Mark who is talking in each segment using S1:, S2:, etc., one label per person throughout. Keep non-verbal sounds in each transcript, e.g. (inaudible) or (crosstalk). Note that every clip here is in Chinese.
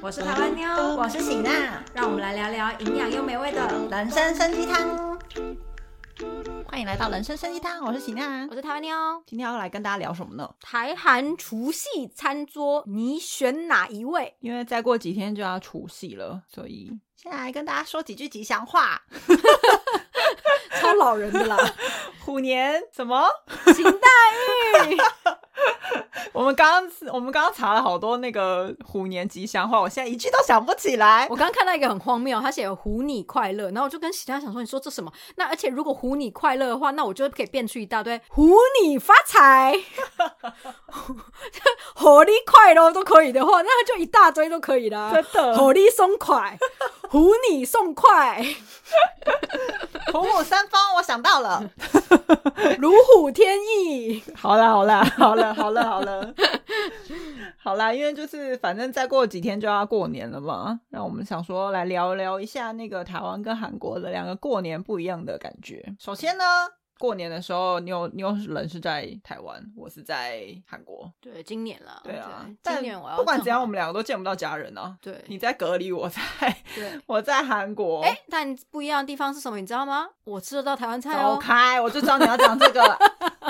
S1: 我是台湾妞，
S2: 我是
S1: 嗯
S2: 喜娜，
S1: 让我们来聊聊营养又美味的。
S2: 人生生鸡汤。欢迎来到人生生鸡汤，我是喜娜
S1: 我。是台湾妞，
S2: 今天要来跟大家聊什么呢？
S1: 台韩除夕餐桌，你选哪一 (laughs) 位？
S2: 因为再过几天就要除夕了，所以先来跟大家说几句吉祥话。
S1: 超老人 (laughs) 的啦，
S2: 虎年什么？
S1: 秦黛玉。
S2: 我们刚刚我们刚刚查了好多那个虎年吉祥话，我现在一句都想不起来。
S1: (laughs) 我刚看到一个很荒谬，他写有“虎你快乐”，然后我就跟喜他想说：“你说这什么？”那而且如果“虎你快乐”的话，那我就可以变出一大堆“虎你发 (laughs) 财”、“火力快乐”都可以的话，那就一大堆都可以啦。
S2: 真的
S1: 火力松快，虎你送快，
S2: 虎虎生风，我想到了。 (laughs)
S1: 如虎添翼。
S2: 好啦，好啦，好了，好了，好了， (laughs) 好啦，因为就是反正再过几天就要过年了嘛，那我们想说来聊聊一下那个台湾跟韩国的两个过年不一样的感觉。首先呢，过年的时候，你有你有人是在台湾，我是在韩国，
S1: 对，今年了，
S2: 对啊，
S1: 哦今
S2: 但
S1: 年我要
S2: 不管怎样，我
S1: 们
S2: 们两个都见不到家人啊。
S1: 对
S2: 你哦在隔离，我在 (laughs)
S1: 对。
S2: 我在韩国，
S1: 哎、但不一样的地方是什么？你知道吗？我吃得到台湾菜
S2: 走
S1: 哦。
S2: 开！我就知道你要讲这个，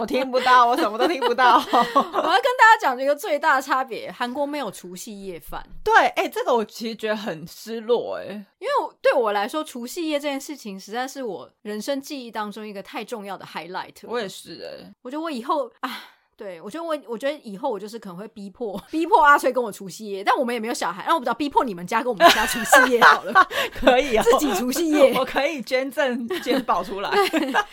S2: 我听不到，我什么都听不到。
S1: (laughs) 我要跟大家讲一个最大的差别：韩国没有除夕夜饭。
S2: 对，哎、这个我其实觉得很失落、哎，
S1: 因为我对我来说，除夕夜这件事情实在是我人生记忆当中一个太重要的 highlight。
S2: 我也，是、哎，
S1: 我觉得我以后啊，对我觉得我，我觉得以后我就是可能会逼迫逼迫阿吹跟我除夕夜，但我们也没有小孩，那我不知道逼迫你们家跟我们家除夕夜
S2: (laughs)
S1: 好了，
S2: 可以啊、
S1: 自己除夕夜
S2: (laughs) 我可以捐 (laughs) 赠肩膀出来。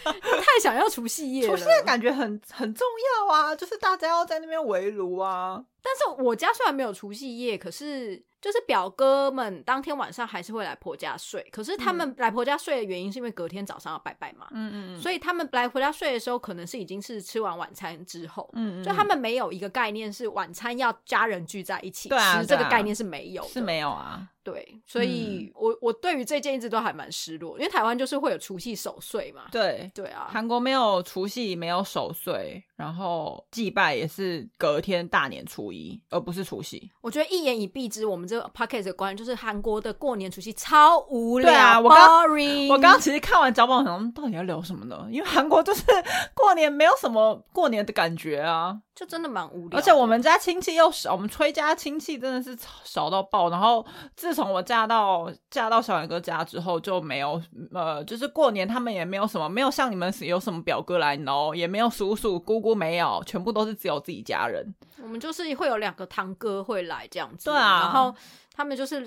S1: 太想要除夕夜
S2: (laughs) 除
S1: 了
S2: 夕。的感觉很很重要啊，就是大家要在那边围炉啊。
S1: 但是我家虽然没有除夕夜，可是就是表哥们当天晚上还是会来婆家睡，可是他们来婆家睡的原因是因为隔天早上要拜拜嘛，
S2: 嗯嗯嗯
S1: 所以他们来婆家睡的时候，可能是已经是吃完晚餐之后。
S2: 嗯
S1: 就他们没有一个概念是晚餐要家人聚在一起吃，
S2: 对啊
S1: 这
S2: 对啊
S1: 个概念是没有的
S2: 是没有啊，
S1: 对，所以我、我对于这件一直都还蛮失落，因为台湾就是会有除夕守岁嘛，
S2: 对。
S1: 对啊，
S2: 韩国没有除夕，没有守岁，然后祭拜也是隔天大年初一，而不是除夕。
S1: 我觉得一言以蔽之，我们这个 p o c k e t 的观念就是韩国的过年除夕超无聊，
S2: 对啊我刚
S1: boring，
S2: 我刚刚其实看完脚本，想说到底要聊什么呢？因为韩国就是 (laughs) 过年没有什么过年的感觉啊，
S1: 就真的蛮无聊的，
S2: 而且我们家亲戚又少，我们崔家亲戚真的是少到爆。然后自从我嫁到嫁到小远哥家之后，就没有呃，就是过年他们也没有什么，没有像你们有什么表哥来，然后也没有叔叔姑姑，没有，全部都是只有自己家人。
S1: 我们就是会有两个堂哥会来这样子，
S2: 对啊
S1: 然后他们就是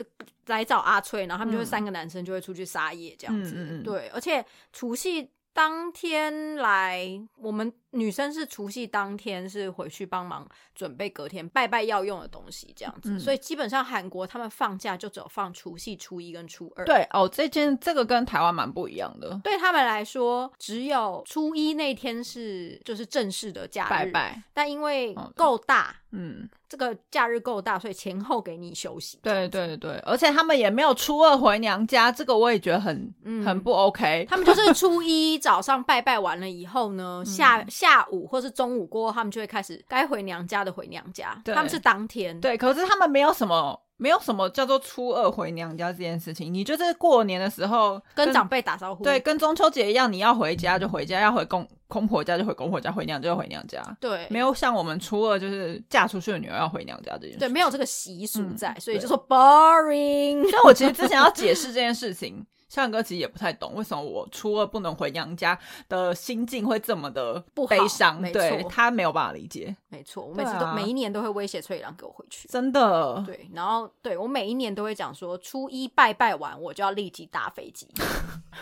S1: 来找阿翠，然后他们就会
S2: 嗯
S1: 三个男生就会出去撒野这样子，
S2: 嗯嗯嗯
S1: 对，而且除夕当天来，我们女生是除夕当天是回去帮忙准备隔天拜拜要用的东西这样子，
S2: 嗯
S1: 所以基本上韩国他们放假就只有放除夕、初一跟初二，。
S2: 对哦，这件这个跟台湾蛮不一样的。
S1: 对他们来说，只有初一那天是就是正式的假
S2: 拜
S1: 日，
S2: 拜，
S1: 但因为
S2: 哦
S1: 够大，
S2: 嗯，
S1: 这个假日够大，所以前后给你休息。
S2: 对，对对，而且他们也没有初二回娘家，这个我也觉得很、
S1: 嗯
S2: 很不 OK。
S1: (laughs) 他们就是初一早上拜拜完了以后呢，下
S2: 嗯
S1: 下午或是中午过后，他们就会开始该回娘家的回娘家。
S2: 对
S1: 他们是当天，
S2: 对，可是他们没有什么，没有什么叫做初二回娘家这件事情。你就是过年的时候
S1: 跟长辈打招呼。
S2: 对，跟中秋节一样，你要回家就回家，要回公公婆家就回公婆家，回娘家就回娘家，
S1: 对，
S2: 没有像我们初二就是嫁出去的女儿要回娘家这件事。
S1: 对没有这个习俗在，所
S2: 嗯
S1: 以
S2: 对
S1: 就说 boring。
S2: 但我其实之前要解释这件事情， (laughs) 向哥其实也不太懂为什么我初二不能回娘家的心境会这么的
S1: 不好
S2: 悲伤，
S1: 没
S2: 对
S1: 错
S2: 他没有办法理解，
S1: 没错，我每
S2: 对
S1: 次
S2: 啊
S1: 都、每一年都会威胁翠郎给我回去。
S2: 真的。
S1: 对，然后对我每一年都会讲说，初一拜拜完我就要立即搭飞机。 (laughs)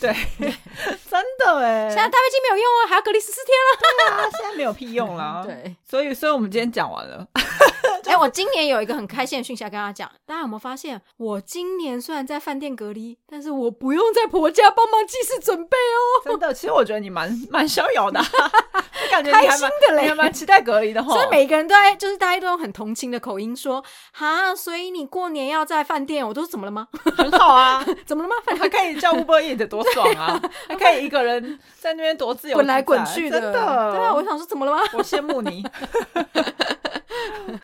S2: 对，真的哎，
S1: 现在搭飞机没有用哦，还要隔离十四天 (laughs)
S2: 啊，现在没有屁用啦。
S1: 了。对， (laughs)
S2: 所以，所以我们今天讲完了，
S1: 哎、我今年有一个很开心的讯息要跟大家讲，大家有没有发现，我今年虽然在饭店隔离，但是我不用在婆家帮忙祭祀准备哦。
S2: 真的，其实我觉得你蛮蛮逍遥
S1: (laughs)
S2: 的啊、我感觉你还
S1: 开心
S2: 蛮
S1: 的嘞
S2: 你还蛮期待隔离的哈。
S1: 所以每个人都在，就是大家都用很同情的口音说：“哈，所以你过年要在饭店？”我都说怎么了吗？ (laughs)
S2: 很好啊，
S1: 怎么了吗？
S2: (laughs)
S1: 饭
S2: 还
S1: 店
S2: 可以叫 Uber Eat 多爽
S1: (laughs)
S2: 啊，还可以一个人在那边多自由
S1: 滚
S2: 自
S1: 来
S2: 在
S1: 滚去
S2: 真的。
S1: 对啊，我想说怎么了吗？
S2: 我羡慕
S1: (laughs)
S2: 你。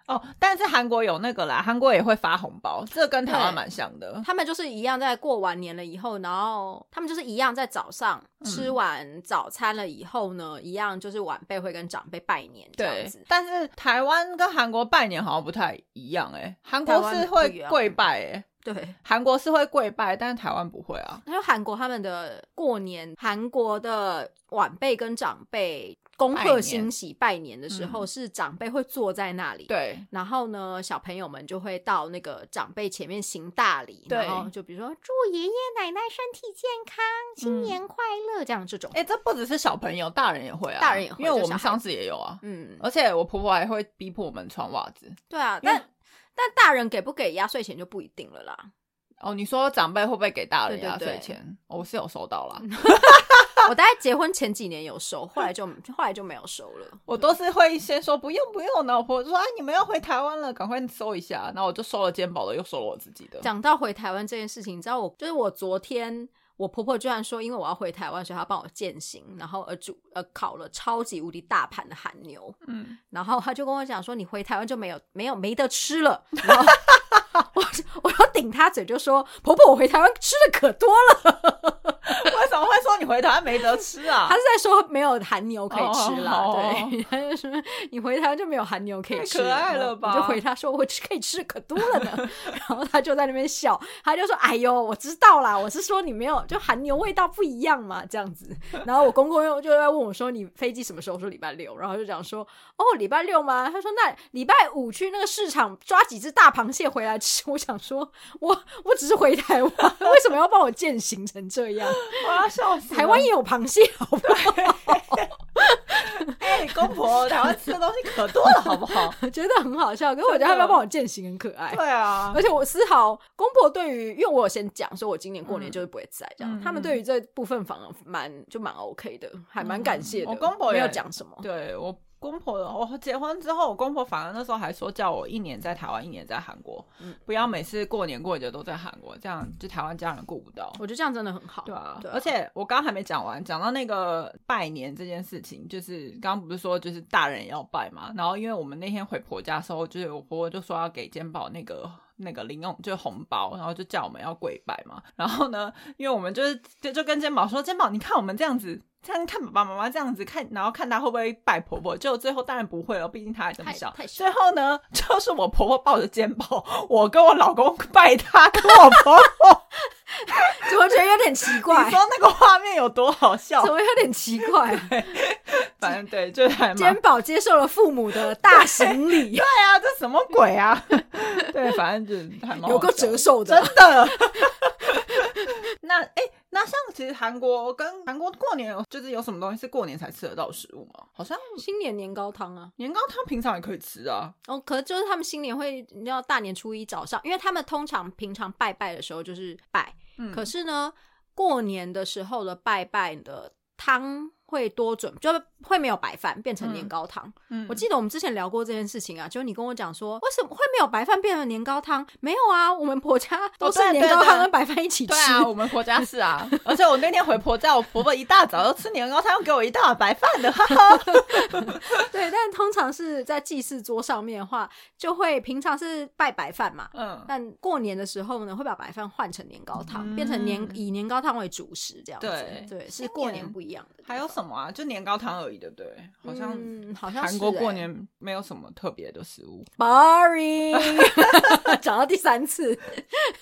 S2: 哦，但是韩国有那个啦，韩国也会发红包，这跟台湾
S1: 对
S2: 蛮像的。
S1: 他们就是一样，在过完年了以后，然后他们就是一样在早上
S2: 嗯
S1: 吃完早餐了以后呢，一样就是晚辈会跟长辈拜年这样
S2: 对
S1: 子，。
S2: 但是台湾跟韩国拜年好像不太一样哎、韩
S1: 台
S2: 国
S1: 湾
S2: 是
S1: 不一
S2: 会
S1: 样
S2: 跪拜哎、
S1: 对，
S2: 韩国是会跪拜，但是台湾不会啊。
S1: 还有韩国他们的过年，韩国的晚辈跟长辈恭
S2: 拜
S1: 贺
S2: 年嗯
S1: 新喜拜年的时候，是长辈会坐在那里，
S2: 对，
S1: 然后呢，小朋友们就会到那个长辈前面行大礼，
S2: 对
S1: 然后就比如说祝爷爷奶奶身体健康、
S2: 嗯
S1: 新年快乐、这样这种
S2: 哎、。这不只是小朋友，大人也会啊，
S1: 大人也会
S2: 因为
S1: 就
S2: 我
S1: 小
S2: 们
S1: 孩
S2: 上次也有啊。
S1: 嗯，
S2: 而且我婆婆还会逼迫我们穿袜子。
S1: 对啊，
S2: 因为
S1: 但但大人给不给压岁钱就不一定了啦。
S2: 哦，你说长辈会不会给大人
S1: 对对
S2: 压岁
S1: 对嗯
S2: 钱？哦我是有收到啦，
S1: 我大概结婚前几年有收，后来就后来就没有收了。
S2: 我都是会先说不用不用的，我婆婆就说啊你们要回台湾了，赶快收一下。然后我就收了肩膀的，又收了我自己的。
S1: 讲到回台湾这件事情，你知道我就是我昨天。我婆婆居然说，因为我要回台湾，所以她帮我践行，然后而煮呃烤了超级无敌大盘的韩牛， (laughs)
S2: 嗯，
S1: 然后他就跟我讲说，你回台湾就没有没有没得吃了。然后 (laughs) 我我要顶他嘴，就说婆婆，我回台湾吃的可多了。
S2: 为什么会说你回台湾没得吃啊
S1: 他？是在说没有韩牛可以吃啦，
S2: 哦
S1: 对， (laughs) 他就说你回台湾就没有韩牛可以吃，
S2: 太可爱了吧
S1: 我就回他说我吃可以吃的可多了呢。 (laughs) 然后他就在那边笑，他就说哎呦，我知道啦，我是说你没有就韩牛味道不一样嘛，这样子。然后我公公又就在问我说你飞机什么时候？我说礼拜六，然后就讲说哦礼拜六吗？他说那礼拜五去那个市场抓几只大螃蟹回来吃。 (laughs) 我想说我我只是回台湾，为什么要帮我践行成这
S2: (laughs)
S1: 样？
S2: 我要笑死了！
S1: 台 (laughs) 湾也有螃蟹，好不好？
S2: 哎、公婆，台湾吃的东西可多了，好不
S1: (laughs)
S2: 好？
S1: 我觉得很好笑，可是我觉得他们要帮我践行很可爱。
S2: 对啊，
S1: 而且我丝毫公婆对于，因为我有先讲说，我今年过年就是不会在这样，
S2: 嗯
S1: 他们对于这部分反而蛮就蛮 OK 的，还蛮感谢的。
S2: 嗯我公婆也
S1: 没有讲什么，
S2: 对我公婆，我结婚之后，我公婆反而那时候还说叫我一年在台湾，一年在韩国，
S1: 嗯
S2: 不要每次过年过节都在韩国，这样就台湾家人顾不到。
S1: 我觉得这样真的很好。
S2: 对啊，
S1: 对啊
S2: 而且我刚刚还没讲完，讲到那个拜年这件事情，就是刚刚不是说就是大人也要拜嘛，然后因为我们那天回婆家的时候，就是我婆婆就说要给肩膀那个那个零用就是红包，然后就叫我们要跪拜嘛，然后呢，因为我们就是就就跟肩膀说，肩膀你看我们这样子。这样看爸爸妈妈这样子看，然后看她会不会拜婆婆，结果最后当然不会了，毕竟她还这么
S1: 太
S2: 小。
S1: 太小
S2: 最后呢，就是我婆婆抱着肩膀，我跟我老公拜她，跟我婆 (laughs) 婆，
S1: 怎么觉得有点奇怪
S2: 你？说那个画面有多好笑？
S1: 怎么有点奇怪？
S2: (laughs) 反正对，就是还蛮
S1: 肩膀接受了父母的大行礼
S2: 对，啊，这什么鬼啊？ (laughs) 对，反正就是还蛮好笑
S1: 有个折寿
S2: 真
S1: 的。
S2: 的。 (laughs) 那哎、那像其实韩国跟韩国过年有，就是有什么东西是过年才吃得到的食物吗？好像
S1: 新年年糕汤啊，
S2: 年糕汤平常也可以吃啊。
S1: 哦，可就是他们新年会，你知道大年初一早上，因为他们通常平常拜拜的时候就是拜，
S2: 嗯
S1: 可是呢，过年的时候的拜拜的汤会多准，就是会没有白饭，变成年糕汤。
S2: 嗯
S1: 我记得我们之前聊过这件事情啊，就是你跟我讲说，为什么会没有白饭变成年糕汤？没有啊，我们婆家都
S2: 哦
S1: 是
S2: 对
S1: 年糕
S2: 对对
S1: 汤跟白饭一起吃。
S2: 对啊，我们婆家是啊， (laughs) 而且我那天回婆家，我婆婆一大早就吃年糕汤，又给我一大碗白饭的，哈哈。
S1: (laughs) 对但通常是在祭祀桌上面的话，就会平常是拜白饭嘛。
S2: (laughs) 嗯，
S1: 但过年的时候呢，会把白饭换成年糕汤，变成年
S2: 嗯
S1: 以年糕汤为主食这样子。
S2: 对
S1: 是过
S2: 新
S1: 年
S2: 年
S1: 不一样的。
S2: 还有什么啊？就年糕汤而已，对不对？好像
S1: 嗯、好像
S2: 韩
S1: 是
S2: 国过
S1: 欸
S2: 年没有什么特别的食物。
S1: (laughs) Boring，讲到第三次，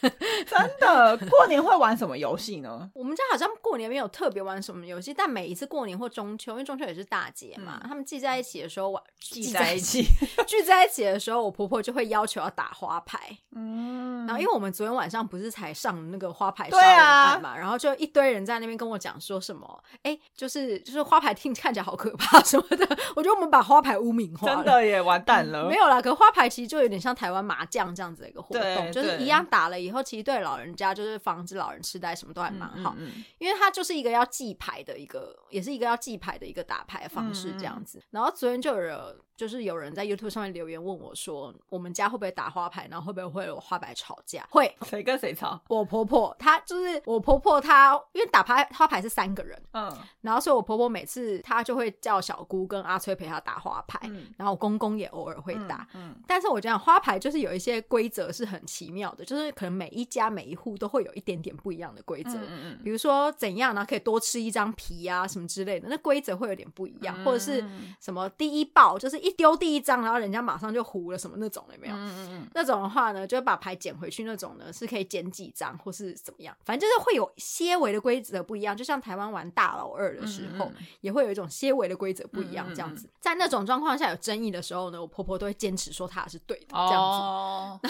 S2: 真的，过年会玩什么游戏呢？
S1: 我们家好像过年没有特别玩什么游戏，但每一次过年或中秋，因为中秋也是大节嘛，他们聚在一起的时候玩，聚
S2: 嗯一起。
S1: (laughs) 聚在一起的时候，我婆婆就会要求要打花牌。
S2: 嗯
S1: (laughs) 然后，因为我们昨天晚上不是才上那个花牌杀
S2: 对
S1: 人
S2: 啊
S1: 案嘛，然后就一堆人在那边跟我讲说什么，哎，就是就是花牌听看起来好可怕什么的，我觉得我们把花牌污名化了。
S2: 真的也完蛋了。
S1: 没有啦，可花牌其实就有点像台湾麻将这样子的一个活动，
S2: 对
S1: 就是
S2: 对
S1: 一样打了以后，其实对老人家就是防止老人痴呆什么都还蛮好，
S2: 嗯，嗯
S1: 因为它就是一个要记牌的一个，也是一个要记牌的一个打牌方式这样
S2: 嗯
S1: 子。然后昨天就有人就是有人在 YouTube 上面留言问我说，我们家会不会打花牌，然后会不会会有花牌吵架？会。
S2: 嗯谁跟谁吵？
S1: 我婆婆她就是我婆婆她，因为打牌花牌是三个人，
S2: 嗯
S1: 然后所以我婆婆每次她就会叫小姑跟阿崔陪她打花牌，
S2: 嗯，
S1: 然后我公公也偶尔会哎打。
S2: 嗯，
S1: 但是我讲花牌就是有一些规则是很奇妙的，就是可能每一家每一户都会有一点点不一样的规
S2: 嗯
S1: 则，
S2: 嗯嗯
S1: 比如说怎样呢可以多吃一张皮啊什么之类的，那规则会有点不一样，
S2: 嗯
S1: 或者是什么第一爆就是一丢第一张，然后人家马上就糊了什么那种有没有？
S2: 嗯嗯
S1: 那种的话呢，就把牌捡回去那种呢，是可以捡几张或是怎么样，反正就是会有些微的规则不一样。就像台湾玩大老二的
S2: 嗯，
S1: 时候，
S2: 嗯，嗯
S1: 也会有一种些微的规则不一样
S2: 嗯嗯嗯
S1: 这样子。在那种状况下有争议的时候呢，我婆婆都会坚持说她是对的这样 (laughs) 子。
S2: 哦，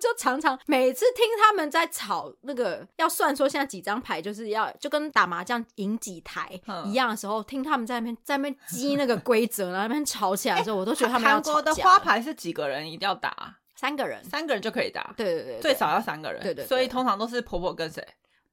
S1: 就常常每次听他们在吵那个要算说现在几张牌，就是要就跟打麻将赢几台
S2: 嗯
S1: 一样的时候，听他们在那边在那边激那个规则，然后在那边吵起来的时候，我都觉得他们要
S2: 韩
S1: 吵
S2: 国
S1: 架
S2: 的
S1: 了。
S2: 花牌是几个人一定要打？
S1: 三个人，
S2: 三个人就可以打，
S1: 对对对对，
S2: 最少要三个人，
S1: 对对对
S2: 所以通常都是婆婆跟谁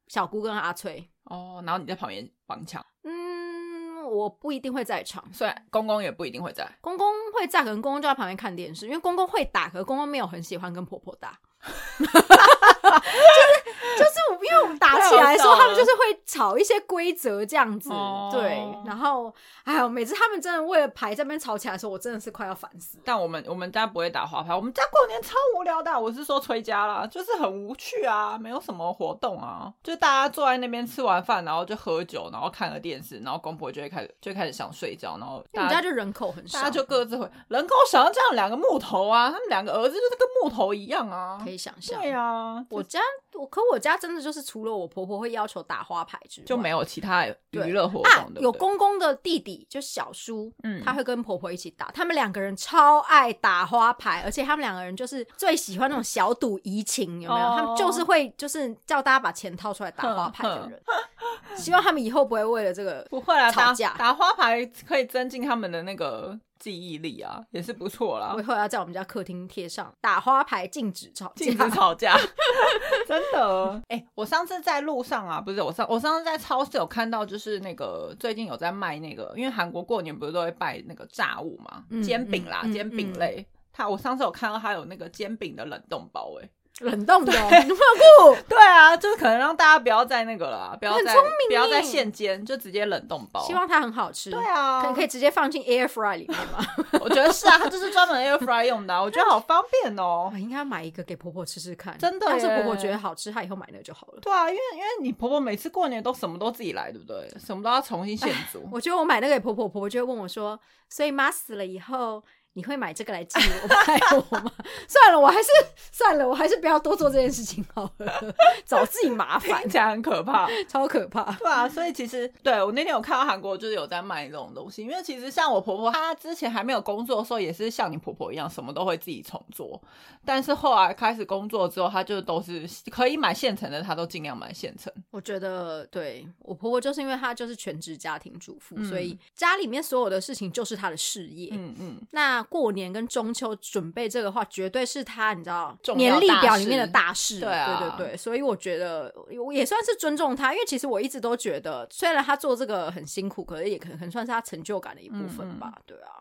S1: 小姑跟阿翠。
S2: 哦，然后你在旁边帮腔，
S1: 嗯，我不一定会在场，
S2: 所以公公也不一定会在。
S1: 公公会在，可能公公就在旁边看电视，因为公公会打，可是公公没有很喜欢跟婆婆打。 (laughs) 就是就是我，因为我们打起来的时候，
S2: 太好笑了
S1: 他们就是会吵一些规则这样子，
S2: 哦
S1: 对。然后，哎呦，每次他们真的为了牌在那边吵起来的时候，我真的是快要烦死。
S2: 但我们我们家不会打花牌，我们家过年超无聊的。我是说崔家啦，就是很无趣啊，没有什么活动啊，就大家坐在那边吃完饭，然后就喝酒，然后看个电视，然后公婆就会开始就会开始想睡觉，然后
S1: 因
S2: 大
S1: 为我们家
S2: 家
S1: 就人口很少，啊
S2: 大家就各自回。人口想要这样两个木头啊，他们两个儿子就是跟木头一样啊
S1: 可。以想象。
S2: 对啊，
S1: 我家我可我家真的就是除了我婆婆会要求打花牌之外，
S2: 就没有其他娱乐活
S1: 啊
S2: 动，的、
S1: 有公公的弟弟就小叔，
S2: 嗯
S1: 他会跟婆婆一起打，他们两个人超爱打花牌，而且他们两个人就是最喜欢那种小赌怡情，有没有？
S2: 哦
S1: 他们就是会就是叫大家把钱掏出来打花牌
S2: (laughs)
S1: 的人。希望他们以后不会为了这个
S2: 不会啦，
S1: 吵
S2: 打
S1: 架
S2: 打花牌可以增进他们的那个记忆力啊，也是不错啦
S1: 我以。后要在我们家客厅贴上“打花牌禁止吵架
S2: (laughs) 禁止吵架，真的。 (laughs) 哎、我上次在路上啊，不是我上我上次在超市有看到，就是那个最近有在卖那个，因为韩国过年不是都会拜那个炸物嘛，
S1: 嗯
S2: 煎饼啦，
S1: 嗯
S2: 煎饼类。他我上次有看到他有那个煎饼的冷冻包、哎，”，
S1: 冷冻的
S2: (laughs)
S1: 哦你有没有看
S2: 对啊，就是可能让大家不要再那个了啦，啊不要
S1: 很
S2: 再
S1: 聪明
S2: 不要再
S1: 耶
S2: 现煎，就直接冷冻包
S1: 过？。希望它很好吃。
S2: 哦对啊，
S1: 可可以直接放进 air fry 里面吗？ (laughs)
S2: 我觉得是啊，它就是专门 air fry 用的啊、我觉得好方便哦
S1: 我。应该买一个给婆婆吃吃看。
S2: 真的
S1: 要是
S2: 耶
S1: 婆婆觉得好吃，她以后买那个就好了。
S2: 对啊，因为因为你婆婆每次过年都什么都自己来，对不对？什么都要重新现煮。
S1: 我觉得我买那个给婆婆，婆婆就会问我说：“所以妈死了以后，你会买这个来祭我拜我吗？” (laughs) 算了，我还是算了，我还是不要多做这件事情好了，找自己麻烦
S2: (laughs)
S1: (laughs)
S2: 听，起来很可怕。
S1: 超可怕。
S2: 对啊，所以其实对我那天有看到韩国就是有在卖这种东西，因为其实像我婆婆，她之前还没有工作的时候，也是像你婆婆一样，什么都会自己重做。但是后来开始工作之后，她就都是可以买现成的，她都尽量买现成。
S1: 我觉得对我婆婆就是因为她就是全职家庭主妇，
S2: 嗯
S1: 所以家里面所有的事情就是她的事业。
S2: 嗯嗯，
S1: 那过年跟中秋准备这个话，绝对是他你知道
S2: 重要大
S1: 年历
S2: 事
S1: 表里面的大事，
S2: 对啊
S1: 对对对，所以我觉得我也算是尊重他，因为其实我一直都觉得，虽然他做这个很辛苦，可是也可能算是他成就感的一部分吧，对啊，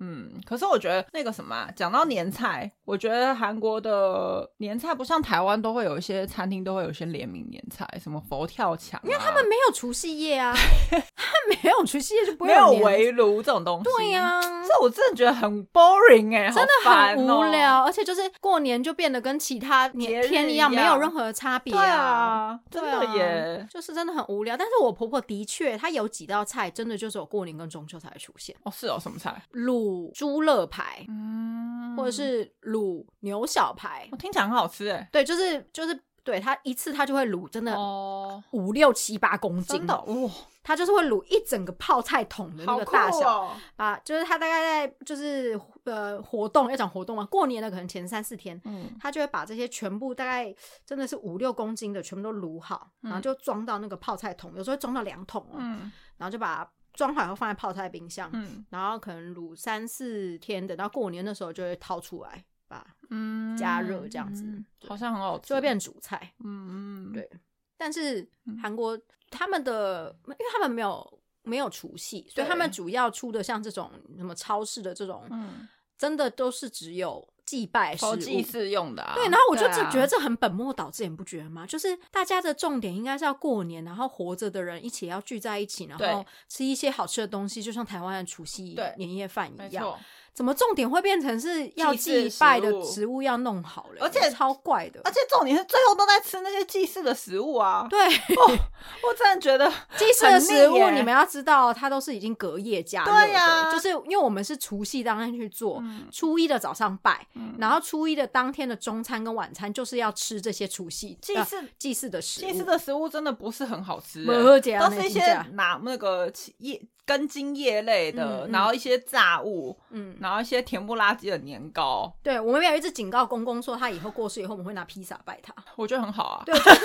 S2: 嗯，可是我觉得那个什么、啊，讲到年菜，我觉得韩国的年菜不像台湾都会有一些餐厅都会有一些联名年菜，什么佛跳墙、啊因为他
S1: 他们没有除夕
S2: (laughs)
S1: 夜啊，他们没有除夕夜就不会
S2: 没有
S1: 年
S2: 围炉这种东西，
S1: 对呀、
S2: 这我真的觉得很 boring 哎、
S1: 真的很
S2: 好烦
S1: 无
S2: 哦
S1: 聊，而且就是过年就变得跟其他年
S2: 节日
S1: 天
S2: 一
S1: 样，
S2: 样
S1: 没有任何差别
S2: 对啊，真
S1: 对
S2: 的耶
S1: 啊，。就是真的很无聊。但是我婆婆的确，她有几道菜真的就只有过年跟中秋才会出现，
S2: 哦，是哦，什么菜？
S1: 卤猪肋排，
S2: 嗯
S1: 或者是卤牛小排。
S2: 我听起来很好吃哎、
S1: 对，就是就是，对她一次她就会卤，真的
S2: 哦，
S1: 五六七八公斤哦
S2: 真的，哇，
S1: 她就是会卤一整个泡菜桶的那
S2: 好
S1: 个
S2: 酷
S1: 大小，
S2: 哦！
S1: 把就是她大概在就是呃活动要讲活动嘛，过年的可能前三四天，
S2: 嗯，
S1: 他就会把这些全部大概真的是五六公斤的全部都卤好，然后就装到那个泡菜桶，有时候会装到两桶哦，
S2: 嗯
S1: 然后就把装好后放在泡菜冰箱，
S2: 嗯
S1: 然后可能卤三四天，等到过年的时候就会掏出来吧，
S2: 嗯
S1: 加热这样子
S2: 嗯
S1: 对
S2: 好像很好吃，
S1: 就会变成主菜。
S2: 嗯嗯
S1: 对但是
S2: 嗯
S1: 韩国他们的，因为他们没有没有除夕，所
S2: 对
S1: 以他们主要出的像这种什么超市的这种，
S2: 嗯，
S1: 真的都是只有祭拜食
S2: 投
S1: 物。
S2: 祭祀用的啊，
S1: 对，然后我就
S2: 啊
S1: 只觉得这很本末倒置，你不觉得吗？就是大家的重点应该是要过年，然后活着的人一起要聚在一起，然后
S2: 对
S1: 吃一些好吃的东西，就像台湾的除夕
S2: 对
S1: 年夜饭
S2: 没
S1: 一样。
S2: 错，
S1: 怎么重点会变成是要
S2: 祭祀
S1: 祭拜的
S2: 食物
S1: 食物要弄好了，
S2: 而且
S1: 超怪的
S2: 而。且重点是最后都在吃那些祭祀的食物啊，
S1: 对，
S2: 我真的觉得
S1: 祭祀的食
S2: 很腻
S1: 物
S2: 耶
S1: 你们要知道，它都是已经隔夜加热的，
S2: 对呀
S1: 就是因为我们是除夕当天去做，
S2: 嗯
S1: 初一的早上拜，
S2: 嗯
S1: 然后初一的当天的中餐跟晚餐就是要吃这些除夕
S2: 祭
S1: 呃
S2: 祀
S1: 祭祀的食物，
S2: 祭祀的食物真的不是很好吃、
S1: 没
S2: 欸
S1: 有这样
S2: 都
S1: 的
S2: 是一
S1: 啊评
S2: 些
S1: 价
S2: 拿那个起叶根茎叶类的，
S1: 嗯嗯
S2: 然后一些炸物，
S1: 嗯。
S2: 然后一些甜不拉几的年糕，
S1: 对，我们也有一直警告公公说，他以后过世以后，我们会拿披萨拜他。
S2: 我觉得很好啊。
S1: (laughs) 对，就是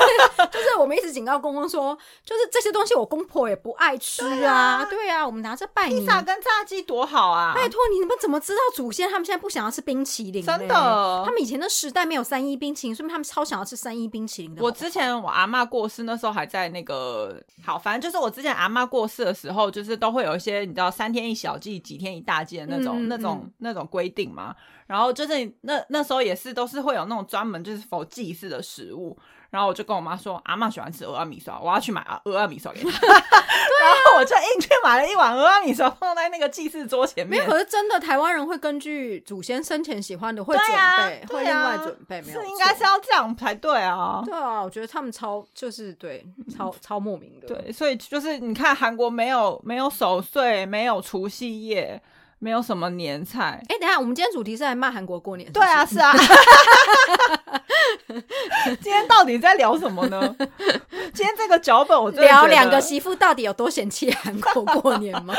S1: 就是我们一直警告公公说，就是这些东西我公婆也不爱吃啊，对啊，我们拿着拜你
S2: 披萨跟炸鸡多好啊！
S1: 拜托你们怎么知道祖先他们现在不想要吃冰淇淋嘞？
S2: 真的
S1: 他们以前的时代没有三一冰淇淋，所以他们超想要吃三一冰淇淋的。
S2: 我之前我阿嬷过世那时候还在那个好，反正就是我之前阿嬷过世的时候，就是都会有一些你知道三天一小祭，几天一大祭的那种、
S1: 嗯嗯
S2: 那种那种规定嘛。然后就是那那时候也是都是会有那种专门就是否祭祀的食物。然后我就跟我妈说，阿嬷喜欢吃鹅阿米刷，我要去买啊鹅阿米刷给她。 (laughs) 然后我就硬去买了一碗鹅阿米刷放在那个祭祀桌前
S1: 没有，
S2: 面。
S1: 可是真的台湾人会根据祖先生前喜欢的会准备，
S2: 对啊
S1: 会
S2: 对
S1: 另
S2: 啊
S1: 外准备，没有
S2: 是应该
S1: 错
S2: 是要这样才对啊。
S1: 对啊，我觉得他们超就是对超超莫名的，，
S2: 对，所以就是你看韩国没有没有守岁，没有除夕夜，没有什么年菜。
S1: 哎、等一下，我们今天主题是来骂韩国过年。是不
S2: 对
S1: 是，
S2: 啊，是啊。 (laughs) 今天到底在聊什么呢？今天这个脚本我真的觉
S1: 聊
S2: 得
S1: 两个媳妇到底有多嫌弃韩国过年吗？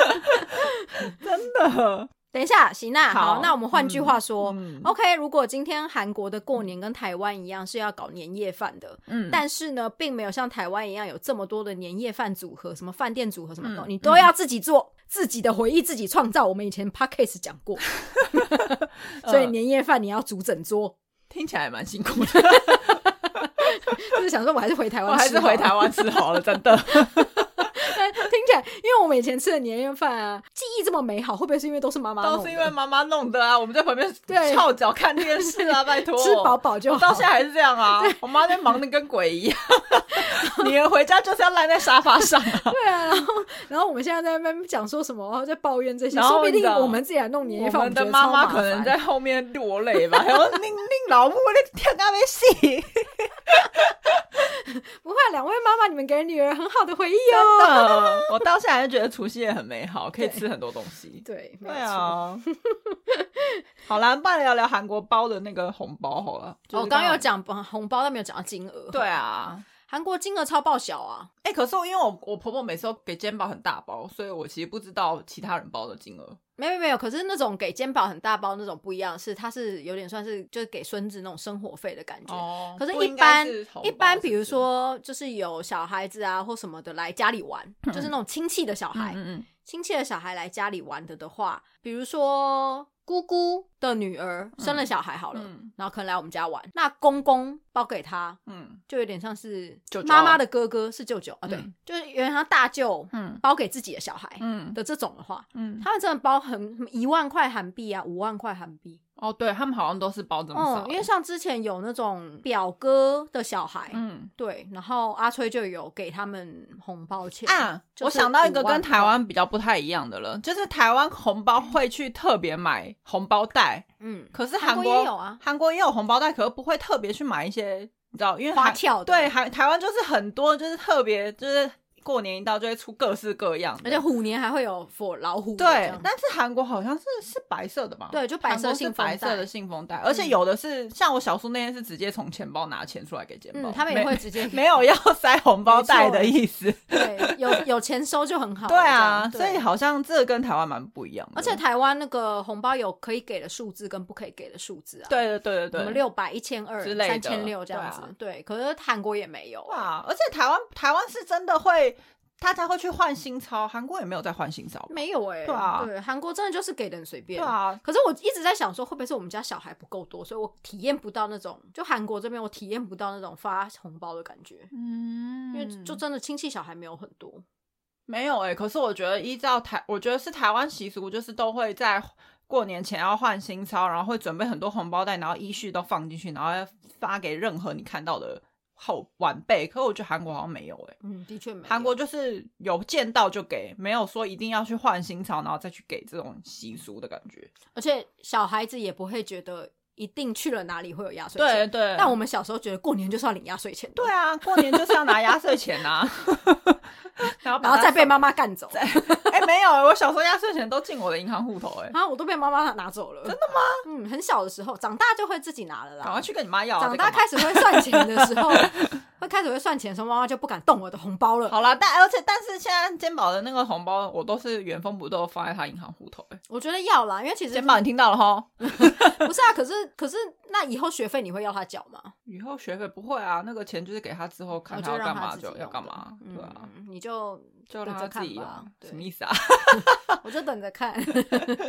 S2: (laughs) 真的，
S1: (laughs) 等一下，行娜，
S2: 好
S1: 好，那我们换句话说、
S2: 嗯
S1: o k 如果今天韩国的过年跟台湾一样是要搞年夜饭的，
S2: 嗯，
S1: 但是呢，并没有像台湾一样有这么多的年夜饭组合，什么饭店组合什么的，
S2: 嗯
S1: 你都要自己做，自己的回忆自己创造。我们以前 podcast 讲过，
S2: (laughs)
S1: 所以
S2: 嗯
S1: 年夜饭你要煮整桌。 (laughs)
S2: 听起来蛮辛苦的，
S1: 就是想说，我还是回台湾，
S2: 我还是回台。湾吃好了，真的。
S1: 但 (laughs) 听起来，因为我们以前吃的年夜饭啊，记忆这么美好，会不会是因为都是妈妈弄的
S2: 都是因为妈妈弄的啊，我们在旁边
S1: 对
S2: 翘脚看电视
S1: (laughs)
S2: 啊，拜托，
S1: 吃饱饱就
S2: 我到
S1: 好
S2: 现？在还是这样啊，我妈在忙的跟鬼一样， (laughs) 女儿回家就是要赖在沙发上、啊。
S1: 对啊，然后然后我们现在在那边讲说什么，哦在抱怨这些，
S2: 然后
S1: 说不
S2: 你
S1: 定
S2: 知道
S1: 我们自己来弄年夜
S2: 我
S1: 饭，我
S2: 们的
S1: 觉得
S2: 妈
S1: 超
S2: 妈
S1: 麻
S2: 可能
S1: 烦
S2: 在后面落泪吧， (laughs) 还有令令老母的天干没戏，
S1: 不会，啊两位妈妈，你们给女儿很好的回忆哦。
S2: 真的， (laughs) 我到现在还是觉得除夕夜很美好，可以吃很多东西。
S1: 对，没
S2: 对
S1: 有错。
S2: 啊，好啦，不然聊聊韩国包的那个红包好了。就是
S1: 哦我刚刚有讲呃红包，但没有讲到金额。
S2: 对，啊，
S1: 韩国金额超爆小啊！
S2: 哎、可是我因为我我婆婆每次都给肩膀很大包，所以我其实不知道其他人包的金额。
S1: 没有没有没有，可是那种给肩膀很大包那种不一样，是它是有点算是就是给孙子那种生活费的感觉。
S2: 哦
S1: 可是，
S2: 不
S1: 一
S2: 应该
S1: 般
S2: 是红包
S1: 一般，
S2: 是不
S1: 比如
S2: 是
S1: 说就是有小孩子啊或什么的来家里玩，就是那种亲戚的小孩，
S2: 嗯
S1: 亲戚的小孩来家里玩的的话，比如说姑姑的女儿生了小孩好了，
S2: 嗯
S1: 然后可能来我们家玩，那公公包给他，
S2: 嗯
S1: 就有点像是
S2: 舅舅
S1: 妈妈的哥哥是舅舅啊，对，
S2: 嗯
S1: 就是有点像大舅
S2: 嗯
S1: 包给自己的小孩
S2: 嗯
S1: 的这种的话，
S2: 嗯，
S1: 他们真的包很一万块韩币啊，五万块韩币，
S2: 哦，对他们好像都是包这么少
S1: 嗯，
S2: 欸，
S1: 因为像之前有那种表哥的小孩，
S2: 嗯
S1: 对，然后阿崔就有给他们红包钱
S2: 啊，
S1: 就是
S2: 我想到一个
S1: 5万嗯
S2: 跟台湾比较不太一样的了，就是台湾红包会去特别买红包袋，
S1: 嗯，
S2: 可是
S1: 韩
S2: 韩
S1: 国也有啊，
S2: 韩国也有红包袋，可是不会特别去买一些，你知道，因为
S1: 花
S2: 韩
S1: 跳的
S2: 对韩台湾就是很多就是特别就是过年一到就会出各式各样的，
S1: 而且虎年还会有 for 老虎的这
S2: 对
S1: 样，
S2: 但是韩国好像是是白色的吧？
S1: 对就白色
S2: 韩国是
S1: 信封
S2: 白色
S1: 袋
S2: 的信封袋，而且
S1: 嗯
S2: 有的是、像我小叔那天是直接从钱包拿钱出来给钱包，
S1: 嗯，他们也
S2: 没
S1: 会直
S2: (laughs)
S1: 接
S2: 没有要塞红包袋的意思。
S1: 对有有钱收就很好了，
S2: 对啊，
S1: 这
S2: 所
S1: 样
S2: 以。好像这个跟台湾蛮不一样的。
S1: 而且台湾那个红包有可以给的数字跟不可以给的数字啊，，
S2: 对对对
S1: 什么
S2: 对对，
S1: 六百、一千二、
S2: 之类的啊
S1: 三千六这样子，对。可是韩国也没有，
S2: 哇！而且台湾台湾是真的会大家会去换新钞，韩国也没有在换新钞吧。
S1: 没有哎、
S2: 对啊
S1: 对，韩国真的就是给的很随便。
S2: 对啊，
S1: 可是我一直在想说，会不会是我们家小孩不够多，所以我体验不到那种，就韩国这边我体验不到那种发红包的感觉，
S2: 嗯
S1: 因为就真的亲戚小孩没有很多。
S2: 没有哎、可是我觉得依照台，我觉得是台湾习俗，就是都会在过年前要换新钞，然后会准备很多红包袋，然后依序都放进去，然后要发给任何你看到的后晚辈。可我觉得韩国好像没有哎、
S1: 嗯，的确没有。
S2: 韩国就是有见到就给，没有说一定要去换新钞，然后再去给这种习俗的感觉。
S1: 而且小孩子也不会觉得一定去了哪里会有压岁
S2: 对
S1: 钱。
S2: 对，
S1: 但我们小时候觉得过年就是要领压岁钱的，
S2: 对啊，过年就是要拿压岁钱呐、
S1: (laughs)
S2: 然后
S1: 然后再被
S2: 妈
S1: 妈妈干
S2: (laughs)
S1: 走。
S2: 哎、没有欸，我小时候压岁钱都进我的银行户头哎、
S1: 啊，我都被妈妈拿走了。真的吗？嗯，很小的时候，长大就会自己拿了
S2: 赶
S1: 啦
S2: 快。去跟你妈要啊。
S1: 长
S2: 这
S1: 大
S2: 干嘛
S1: 开始会算钱的时
S2: (laughs)
S1: 候，会开始会算钱的时候，妈妈就不敢动我的红包了。
S2: 好啦，但而且但是现在肩膀的那个红包，我都是原封不动放在他银行户头、欸。
S1: 我觉得要啦，因为其实
S2: 肩膀，你听到了哈？ (laughs)
S1: 不是啊，可是可是那以后学费你会要他缴吗？
S2: 以后学费不会啊，那个钱就是给他之后看
S1: 我就
S2: 要
S1: 让
S2: 干
S1: 他
S2: 嘛
S1: 自己
S2: 就要
S1: 用
S2: 干
S1: 的
S2: 嘛，对啊，
S1: 嗯，你就
S2: 就
S1: 等
S2: 让他
S1: 着
S2: 自
S1: 看
S2: 己
S1: 吧
S2: 用。什么
S1: 对，
S2: 意思啊？ (laughs)
S1: 我就等着看。 (laughs)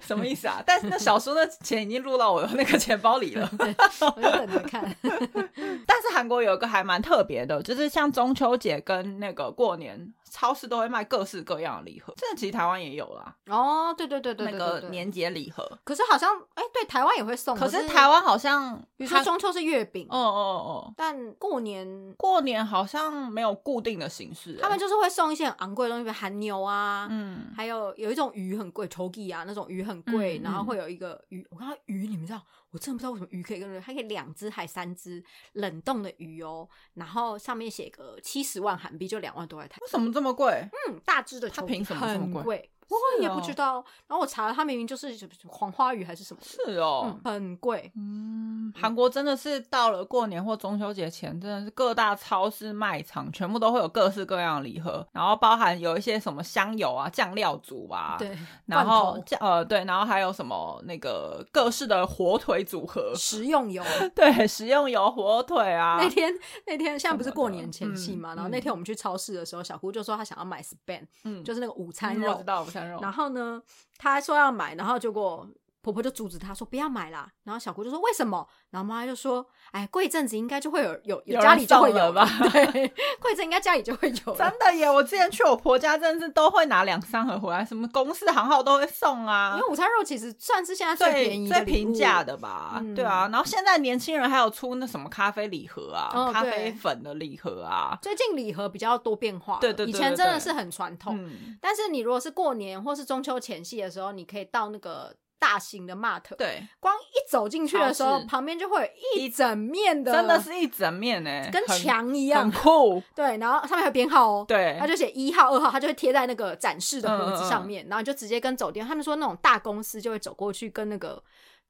S2: 什么意思啊？但是那小叔那钱已经入到我的那个钱包里了。
S1: 我就等着看。
S2: 但是韩国有一个还蛮特别的，就是像中秋节跟那个过年，超市都会卖各式各样的礼盒。这其实台湾也有啦，
S1: 哦，对对对对对
S2: 那
S1: 对
S2: 个
S1: 对。
S2: 年节礼盒。
S1: 可是好像哎、对，台湾也会送。
S2: 可
S1: 是
S2: 是台，湾好像，
S1: 比如说中秋是月饼，
S2: 哦哦哦，
S1: 但过年
S2: 过年好像没有固定的形式欸、
S1: 他们就是会送一些很昂贵的东西，比如韩牛啊。
S2: 嗯，
S1: 还有有一种鱼很贵，球gi 啊，那种鱼很贵，
S2: 嗯
S1: 然后
S2: 嗯
S1: 会有一个鱼，我看到鱼，你们知道，我真的不知道为什么鱼可以跟人，它可以两只还三只冷冻的鱼哦，然后上面写个七十万韩币，就两万多块台币，
S2: 为什么这么贵？
S1: 嗯，大只的
S2: 它
S1: 球
S2: 凭
S1: gi
S2: 什么这么
S1: 很
S2: 贵
S1: 贵？我
S2: 是
S1: 也不
S2: 哦
S1: 知道，然后我查了，它明明就是什么什么黄花鱼还是什么的，
S2: 是哦
S1: 嗯，，很贵，
S2: 嗯，韩国真的是到了过年或中秋节前，真的是各大超市卖场全部都会有各式各样的礼盒，然后包含有一些什么香油啊、酱料组啊，，
S1: 对，
S2: 然后
S1: 罐
S2: 酱呃对，然后还有什么那个各式的火腿组合
S1: 头。食
S2: (laughs)
S1: 用油。
S2: 对，食用油火腿啊
S1: 那，天那天现在不是过年前夕嘛，
S2: 嗯
S1: 然后那天我们去超市的时候，小姑就说她想要买 span，
S2: 嗯，
S1: 就是那个午餐
S2: 嗯
S1: 肉
S2: 我知，道午餐肉，
S1: 然后呢，她说要买，然后结果婆婆就阻止她说不要买啦。然后小姑就说为什么？然后妈妈就说，哎，过一阵子应该就会有有
S2: 有人
S1: 家里就会
S2: 送了
S1: 有
S2: 吧
S1: (laughs) 对，过一阵应该家里就会有了。
S2: 真的耶！我之前去我婆家，真的是都会拿两三盒回来，什么公司行号都会送啊，
S1: 因为午餐肉其实算是现在
S2: 最
S1: 便宜、
S2: 最平价
S1: 的
S2: 的吧，
S1: 嗯
S2: 对啊。然后现在年轻人还有出那什么咖啡礼盒啊，
S1: 哦
S2: 咖
S1: 对
S2: 啡粉的礼盒啊，
S1: 礼物。最近礼盒比较多变化了，
S2: 对对对
S1: 以前
S2: 对
S1: 真的
S2: 对
S1: 是很传统。
S2: 嗯，
S1: 但是你如果是过年或是中秋前夕的时候，你可以到那个大型的 mart，
S2: 对，
S1: 光一走进去的时
S2: 超
S1: 候，
S2: 市
S1: 旁边就会有一整面的，
S2: 真的是一整面诶、
S1: 跟
S2: 很
S1: 墙一
S2: 很
S1: 样。
S2: 酷，
S1: 对，然后上面还有编号哦，
S2: 对
S1: 它，就写一号、二号，它就会贴在那个展示的盒
S2: 嗯嗯
S1: 子
S2: 哎嗯
S1: 上面，然后你就直接跟走店。他们说那种大公司就会走过去跟那个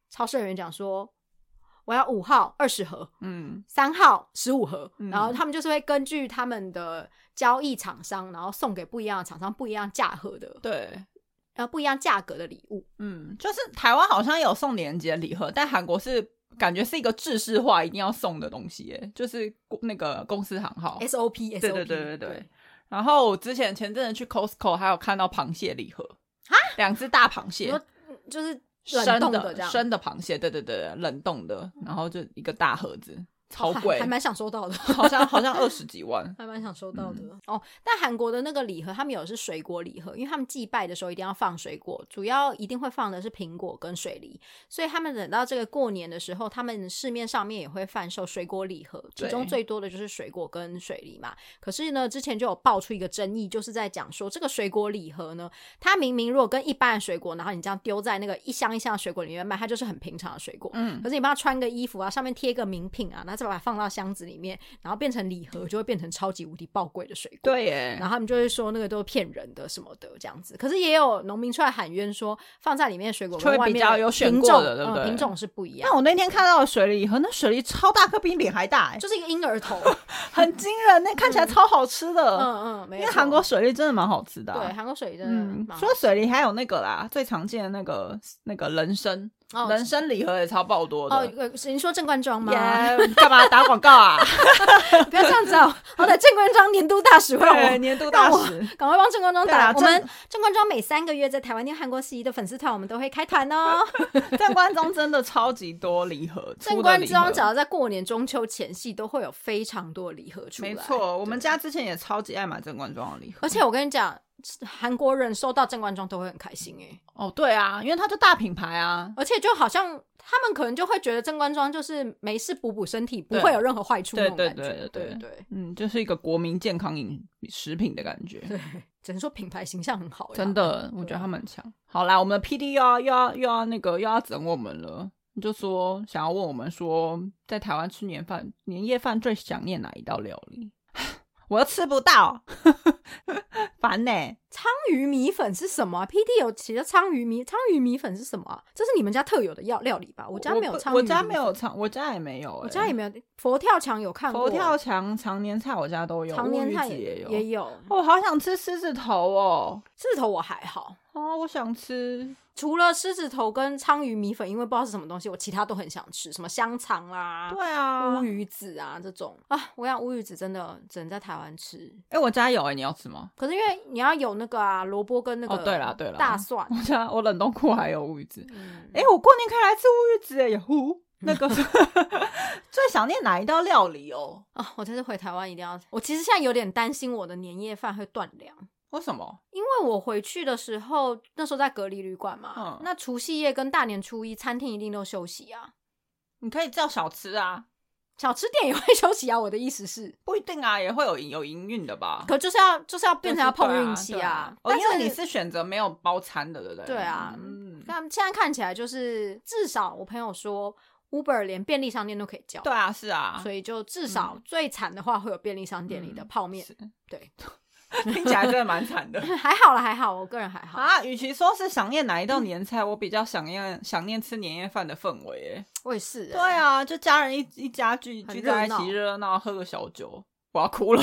S1: 超市人员讲说，我要五号二十盒，
S2: 嗯，
S1: 三号十五盒，
S2: 嗯
S1: 然后他们就是会根据他们的交易厂商，然后送给不一样的厂商不一样价盒的
S2: 对。
S1: 呃不一样价格的礼物。
S2: 嗯，就是台湾好像有送年节礼盒，但韩国是感觉是一个制式化一定要送的东西耶，就是那个公司行号。
S1: SOP SOP
S2: 哦对对对对对。然后我之前前阵子去 Costco 还有看到螃蟹礼盒，两只大螃蟹
S1: 你，说嗯就是冷
S2: 生
S1: 冻这样，嗯
S2: 生的螃蟹，对对对，对冷冻的，然后就一个大盒子，超
S1: 哦还
S2: 贵
S1: 还，蛮想收到的，。
S2: 好像好像二十几万
S1: (laughs) 还蛮想收到的、哦。但韩国的那个礼盒，他们有的是水果礼盒，因为他们祭拜的时候一定要放水果，主要一定会放的是苹果跟水梨，所以他们等到这个过年的时候，他们市面上面也会贩售水果礼盒，其
S2: 对
S1: 中最多的就是水果跟水梨嘛。可是呢，之前就有爆出一个争议，就是在讲说这个水果礼盒呢，它明明如果跟一般的水果，然后你这样丢在那个一箱一箱的水果里面卖，它就是很平常的水果，
S2: 嗯，
S1: 可是你帮他穿个衣服啊，上面贴一个名品啊，然后再把它放到箱子里面，然后变成礼盒，就会变成超级无敌爆贵的水果。。
S2: 对耶，
S1: 然后他们就会说那个都是骗人的什么的这样子，可是也有农民出来喊冤说放在里面的水果
S2: 就
S1: 跟
S2: 会
S1: 外面
S2: 比较
S1: 的
S2: 有选
S1: 品
S2: 过
S1: 种
S2: 的对不
S1: 嗯
S2: 对
S1: 品种是不一样
S2: 但，我那天看到的水梨和那水梨超大颗，比你脸还
S1: (laughs)
S2: 大耶，
S1: 就是一个
S2: (laughs)
S1: 婴儿头。
S2: 很惊人，那看起来超好吃的。
S1: 嗯嗯，没
S2: 因
S1: 有
S2: 为
S1: 错。
S2: 韩国水梨真的蛮好吃的啊。
S1: 对韩国水真的
S2: 嗯
S1: 蛮，
S2: 除
S1: 好
S2: 了水梨还有那个啦，最常见的那个那个人参，
S1: 哦
S2: 人生礼盒也超爆多的。
S1: 哦，呃是你说郑冠庄吗？
S2: 耶干嘛打广告啊？
S1: (laughs) 不要这样子啊！好歹郑冠庄年度大使会 (laughs) 让我
S2: 对，年度大
S1: 让我
S2: 使。
S1: 赶快帮郑冠庄
S2: 对啊
S1: 打。我们郑冠庄每三个月在台湾念韩国戏的粉丝团，我们都会开团哦。
S2: 郑关中真的超级多礼盒，呃
S1: 郑
S2: 出的
S1: 冠
S2: 礼
S1: 庄
S2: 盒
S1: 只要在过年中秋前夕，都会有非常多礼盒出来。
S2: 没，错，我们家之前也超级爱买郑关庄的礼盒。
S1: 而且我跟你讲，韩国人收到郑冠庄都会很开心哎、
S2: 哦，对啊，因为它就大品牌啊，
S1: 而且就好像他们可能就会觉得郑冠庄就是没事补补身体，不
S2: 对
S1: 会有任何坏处那
S2: 对
S1: 种
S2: 对
S1: 感觉。
S2: 对对
S1: 对
S2: 对嗯，就是一个国民健康饮食品的感觉。
S1: 对只能说品牌形象很好、欸，
S2: 真的，我觉得他们很强。好啦，我们的 P D 又要又要又要那个又要整我们了，你就说想要问我们说，在台湾吃年饭年夜饭最想念哪一道料理？ (laughs) 我又吃不到，烦呢、
S1: 鲳鱼米粉是什么、啊、？P.D 有写的鲳鱼米，鲳鱼米粉是什么、啊？这是你们家特有的料料理吧？我家没有
S2: 不
S1: 鲳鱼
S2: 我家
S1: 米
S2: 没
S1: 粉，
S2: 有常，我家也没有、欸，
S1: 我家也没有。佛跳墙有看过，
S2: 佛跳墙、常年菜，我家都有，
S1: 常年菜
S2: 乌鱼子也有。
S1: 也有，
S2: 哦，好想吃狮子头哦！
S1: 狮子头我还好。
S2: 哦，我想吃。
S1: 除了狮子头跟鲳鱼米粉，因为不知道是什么东西，我其他都很想吃，什么香肠啦、
S2: 对啊
S1: 乌，鱼子啊这种啊。我想乌鱼子真的只能在台湾吃，
S2: 哎、我家有哎、你要吃吗？ (laughs)
S1: 可是因为你要有那个啊萝卜跟那个
S2: 哦对啦对啦
S1: 大
S2: (laughs)
S1: 蒜，
S2: 我家我冷冻库还有乌鱼子。
S1: 嗯
S2: 哎、我过年可以来吃乌鱼子哎呀呼！那 (laughs) 个最想念哪一道料理哦？
S1: 啊，我这次回台湾一定要，我其实现在有点担心我的年夜饭会断粮。
S2: 为什么？
S1: 因为我回去的时候，那时候在隔离旅馆嘛，
S2: 嗯
S1: 那除夕夜跟大年初一，餐厅一定都休息啊，
S2: 你可以叫小吃啊，
S1: 小吃店也会休息啊。我的意思是，
S2: 不一定啊，也会有有营运的吧。
S1: 可就是要就是要
S2: 就
S1: 变
S2: 是
S1: 成要碰
S2: 对
S1: 运气
S2: 对
S1: 啊。
S2: 哦，
S1: 但
S2: 因为
S1: 是
S2: 你是选择没有包餐的，对不对？
S1: 对啊
S2: 嗯，
S1: 那现在看起来就是，至少我朋友说，Uber 连便利商店都可以叫，
S2: 对啊，是啊，嗯
S1: 所以就至少、最惨的话会有便利商店里的泡面，
S2: 是
S1: 对， (laughs)
S2: 听起来真的蛮惨 (laughs) 的。
S1: 还好啦，还好，我个人还好，
S2: 啊，与其说是想念哪一道年菜，我比较想念想念吃年夜饭的氛围。哎，
S1: 我也是、欸，
S2: 对啊，就家人一一家聚
S1: 很
S2: 聚在一
S1: 热
S2: 起，
S1: 闹
S2: 热热闹闹喝个小酒，我要哭了，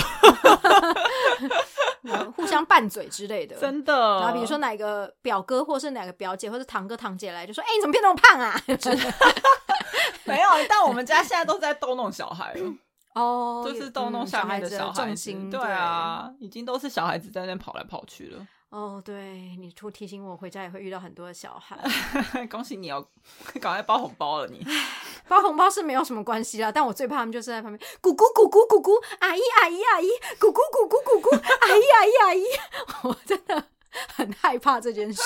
S1: 嗯，互相拌嘴之类的，
S2: 啊 (laughs) 真的。
S1: 然后比如说哪个表哥或是哪个表姐或是堂哥堂姐来，就说：“哎、你怎么变那么胖啊之类的
S2: (laughs) 没有，但我们家现在都在逗弄小孩了，？”
S1: 哦，
S2: 就是逗弄
S1: 嗯
S2: 下
S1: 小
S2: 面
S1: 孩
S2: 的
S1: 子
S2: 嗯
S1: 的
S2: 小孩子
S1: 重心，
S2: 对。啊，已经都是小孩子在那跑来跑去了。 (laughs)
S1: 哦，对，你出提醒我，回家也会遇到很多的小孩。
S2: 恭喜你哦，赶快包红包了你。 (laughs)
S1: 包红包是没有什么关系啦，但我最怕他们就是在旁边咕咕咕咕咕咕，阿姨阿姨阿姨，咕咕咕咕咕咕，阿姨阿姨阿姨，我真的很害怕这件事。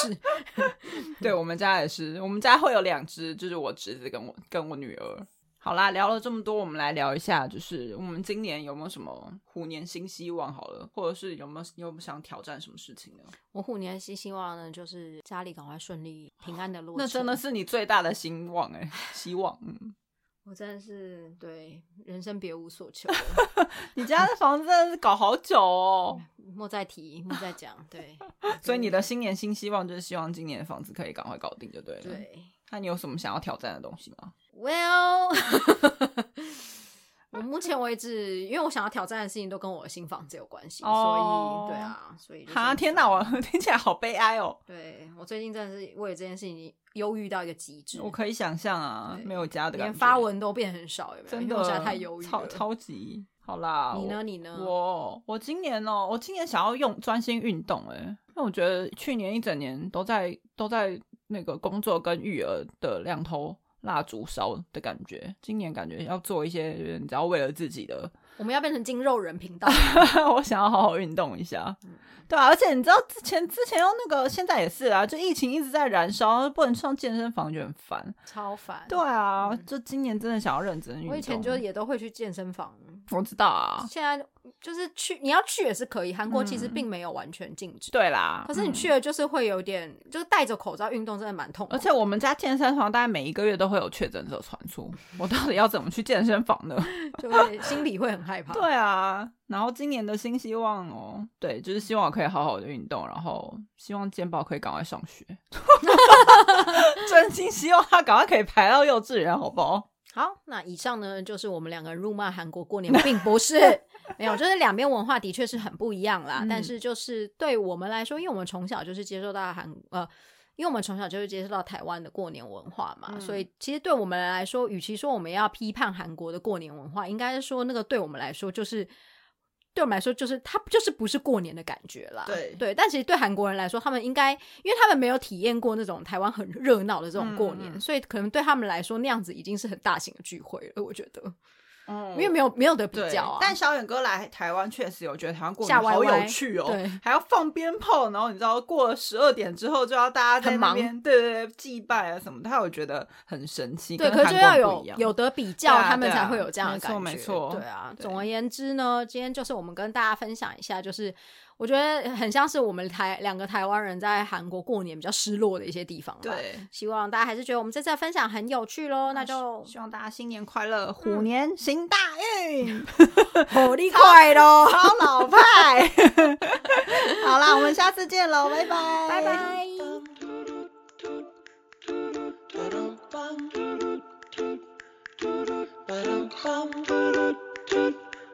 S2: 对我们家也是，我们家会有两只，就是我侄子跟我跟我女儿。好啦，聊了这么多，我们来聊一下，就是我们今年有没有什么虎年新希望？好了，或者是有没有有没有想挑战什么事情呢？
S1: (laughs) 我虎年希希望呢，就是家里赶快顺利平安的落
S2: 那
S1: 成。
S2: 真的是你最大的希望哎、希望。嗯，
S1: 我真的是对人生别无所求了。
S2: 你家的房子真的是搞好久哦，
S1: 莫再提，莫再讲， (laughs) 对
S2: 所以
S1: 嗯
S2: 你的新年新希望就是希望今年的房子可以赶快搞定，就对了。，
S1: 对。
S2: 那你有什么想要挑战的东西吗？ (laughs)
S1: Well，我
S2: 嗯
S1: 目前为止，因为我想要挑战的事情都跟我的新房子有关系
S2: 哦
S1: 所以对啊，所以就是
S2: 哈，天哪，我 (laughs) 听起来好悲哀哦。
S1: 对我最近真的是为了这件事情忧郁到一个极致，
S2: 我可以想象啊，
S1: 对
S2: 没有家的感
S1: 连
S2: 觉。
S1: 发文都变很少，有没有？
S2: 真
S1: 因
S2: 的
S1: 为我现在太忧郁
S2: 超
S1: 了。
S2: 超级好啦。
S1: 你呢？
S2: 我？
S1: 你呢？
S2: 我我今年哦、我今年想要用专心运动哎、欸，因为我觉得去年一整年都在都在那个工作跟育儿的两头蜡烛烧的感觉，今年感觉要做一些，就是你只要为了自己的，
S1: 我们要变成筋肉人频道，
S2: (laughs) 我想要好好运动一下。
S1: 嗯
S2: 对啊，而且你知道之前之前用那个，现在也是啊，就疫情一直在燃烧，不能上健身房就很烦。
S1: 超烦。
S2: 对，啊，
S1: 嗯
S2: 就今年真的想要认真运动。
S1: 我以前就也都会去健身房，
S2: 我知道啊， (laughs)
S1: 现在就是去你要去也是可以，韩国其实并没有完全禁止。
S2: 嗯对啦，
S1: 可是你
S2: 嗯
S1: 去了就是会有点，就是戴着口罩运动真的蛮痛苦
S2: 而。且我们家健身房大概每一个月都会有确诊者传出，我到底要怎么去健身房呢？
S1: 就会心里会很害
S2: (laughs)
S1: 怕。
S2: 对啊，然后今年的新希望哦，对，就是希望我可以好好的运动，然后希望健宝可以赶快上学， (laughs) 真心希望他赶快可以排到幼稚园，好不好？
S1: 好，那以上呢就是我们两个人辱骂韩国
S2: (laughs)
S1: 过年，并不是没有，就是两边文化的确是很不一样啦。
S2: 嗯
S1: 但是就是对我们来说，因为我们从小就是接受到韩呃。因为我们从小就会接触到台湾的过年文化嘛，所
S2: 嗯
S1: 以其实对我们来说，与其说我们要批判韩国的过年文化，应该是说那个对我们来说就是。对我们来说，就是它就是不是过年的感觉啦。
S2: 对
S1: 对，但其实对韩国人来说，他们应该，因为他们没有体验过那种台湾很热闹的这种过年，
S2: 嗯嗯
S1: 所以可能对他们来说，那样子已经是很大型的聚会了。我觉得，
S2: 嗯
S1: 因为没有没有得比
S2: 对
S1: 较啊。，
S2: 但小远哥来台湾确实有觉得台湾过
S1: 吓
S2: 年
S1: 歪
S2: 好
S1: 歪
S2: 有趣哦，
S1: 对
S2: 还要放鞭炮，然后你知道过了十二点之后就要大家在
S1: 很
S2: 那
S1: 忙
S2: 边对对对祭拜啊什么的，他有觉得很神奇，
S1: 对，
S2: 跟
S1: 可是就
S2: 韩国
S1: 要
S2: 不
S1: 有
S2: 一样
S1: 有得比较，
S2: 对啊
S1: 他们
S2: 对
S1: 才
S2: 啊
S1: 会有这样的
S2: 没
S1: 感
S2: 错
S1: 觉。
S2: 没错
S1: 对啊。
S2: 对
S1: 总而言之呢，今天就是我们跟大家分享一下，就是我觉得很像是我们台两个台湾人在韩国过年比较失落的一些地方吧。，
S2: 对。
S1: 希望大家还是觉得我们这次的分享很有趣喽。那就
S2: 希望大家新年快乐，虎年行大运，
S1: 火力快喽， (laughs)
S2: 超老派。好啦，我们下次见喽，拜拜，
S1: 拜。拜。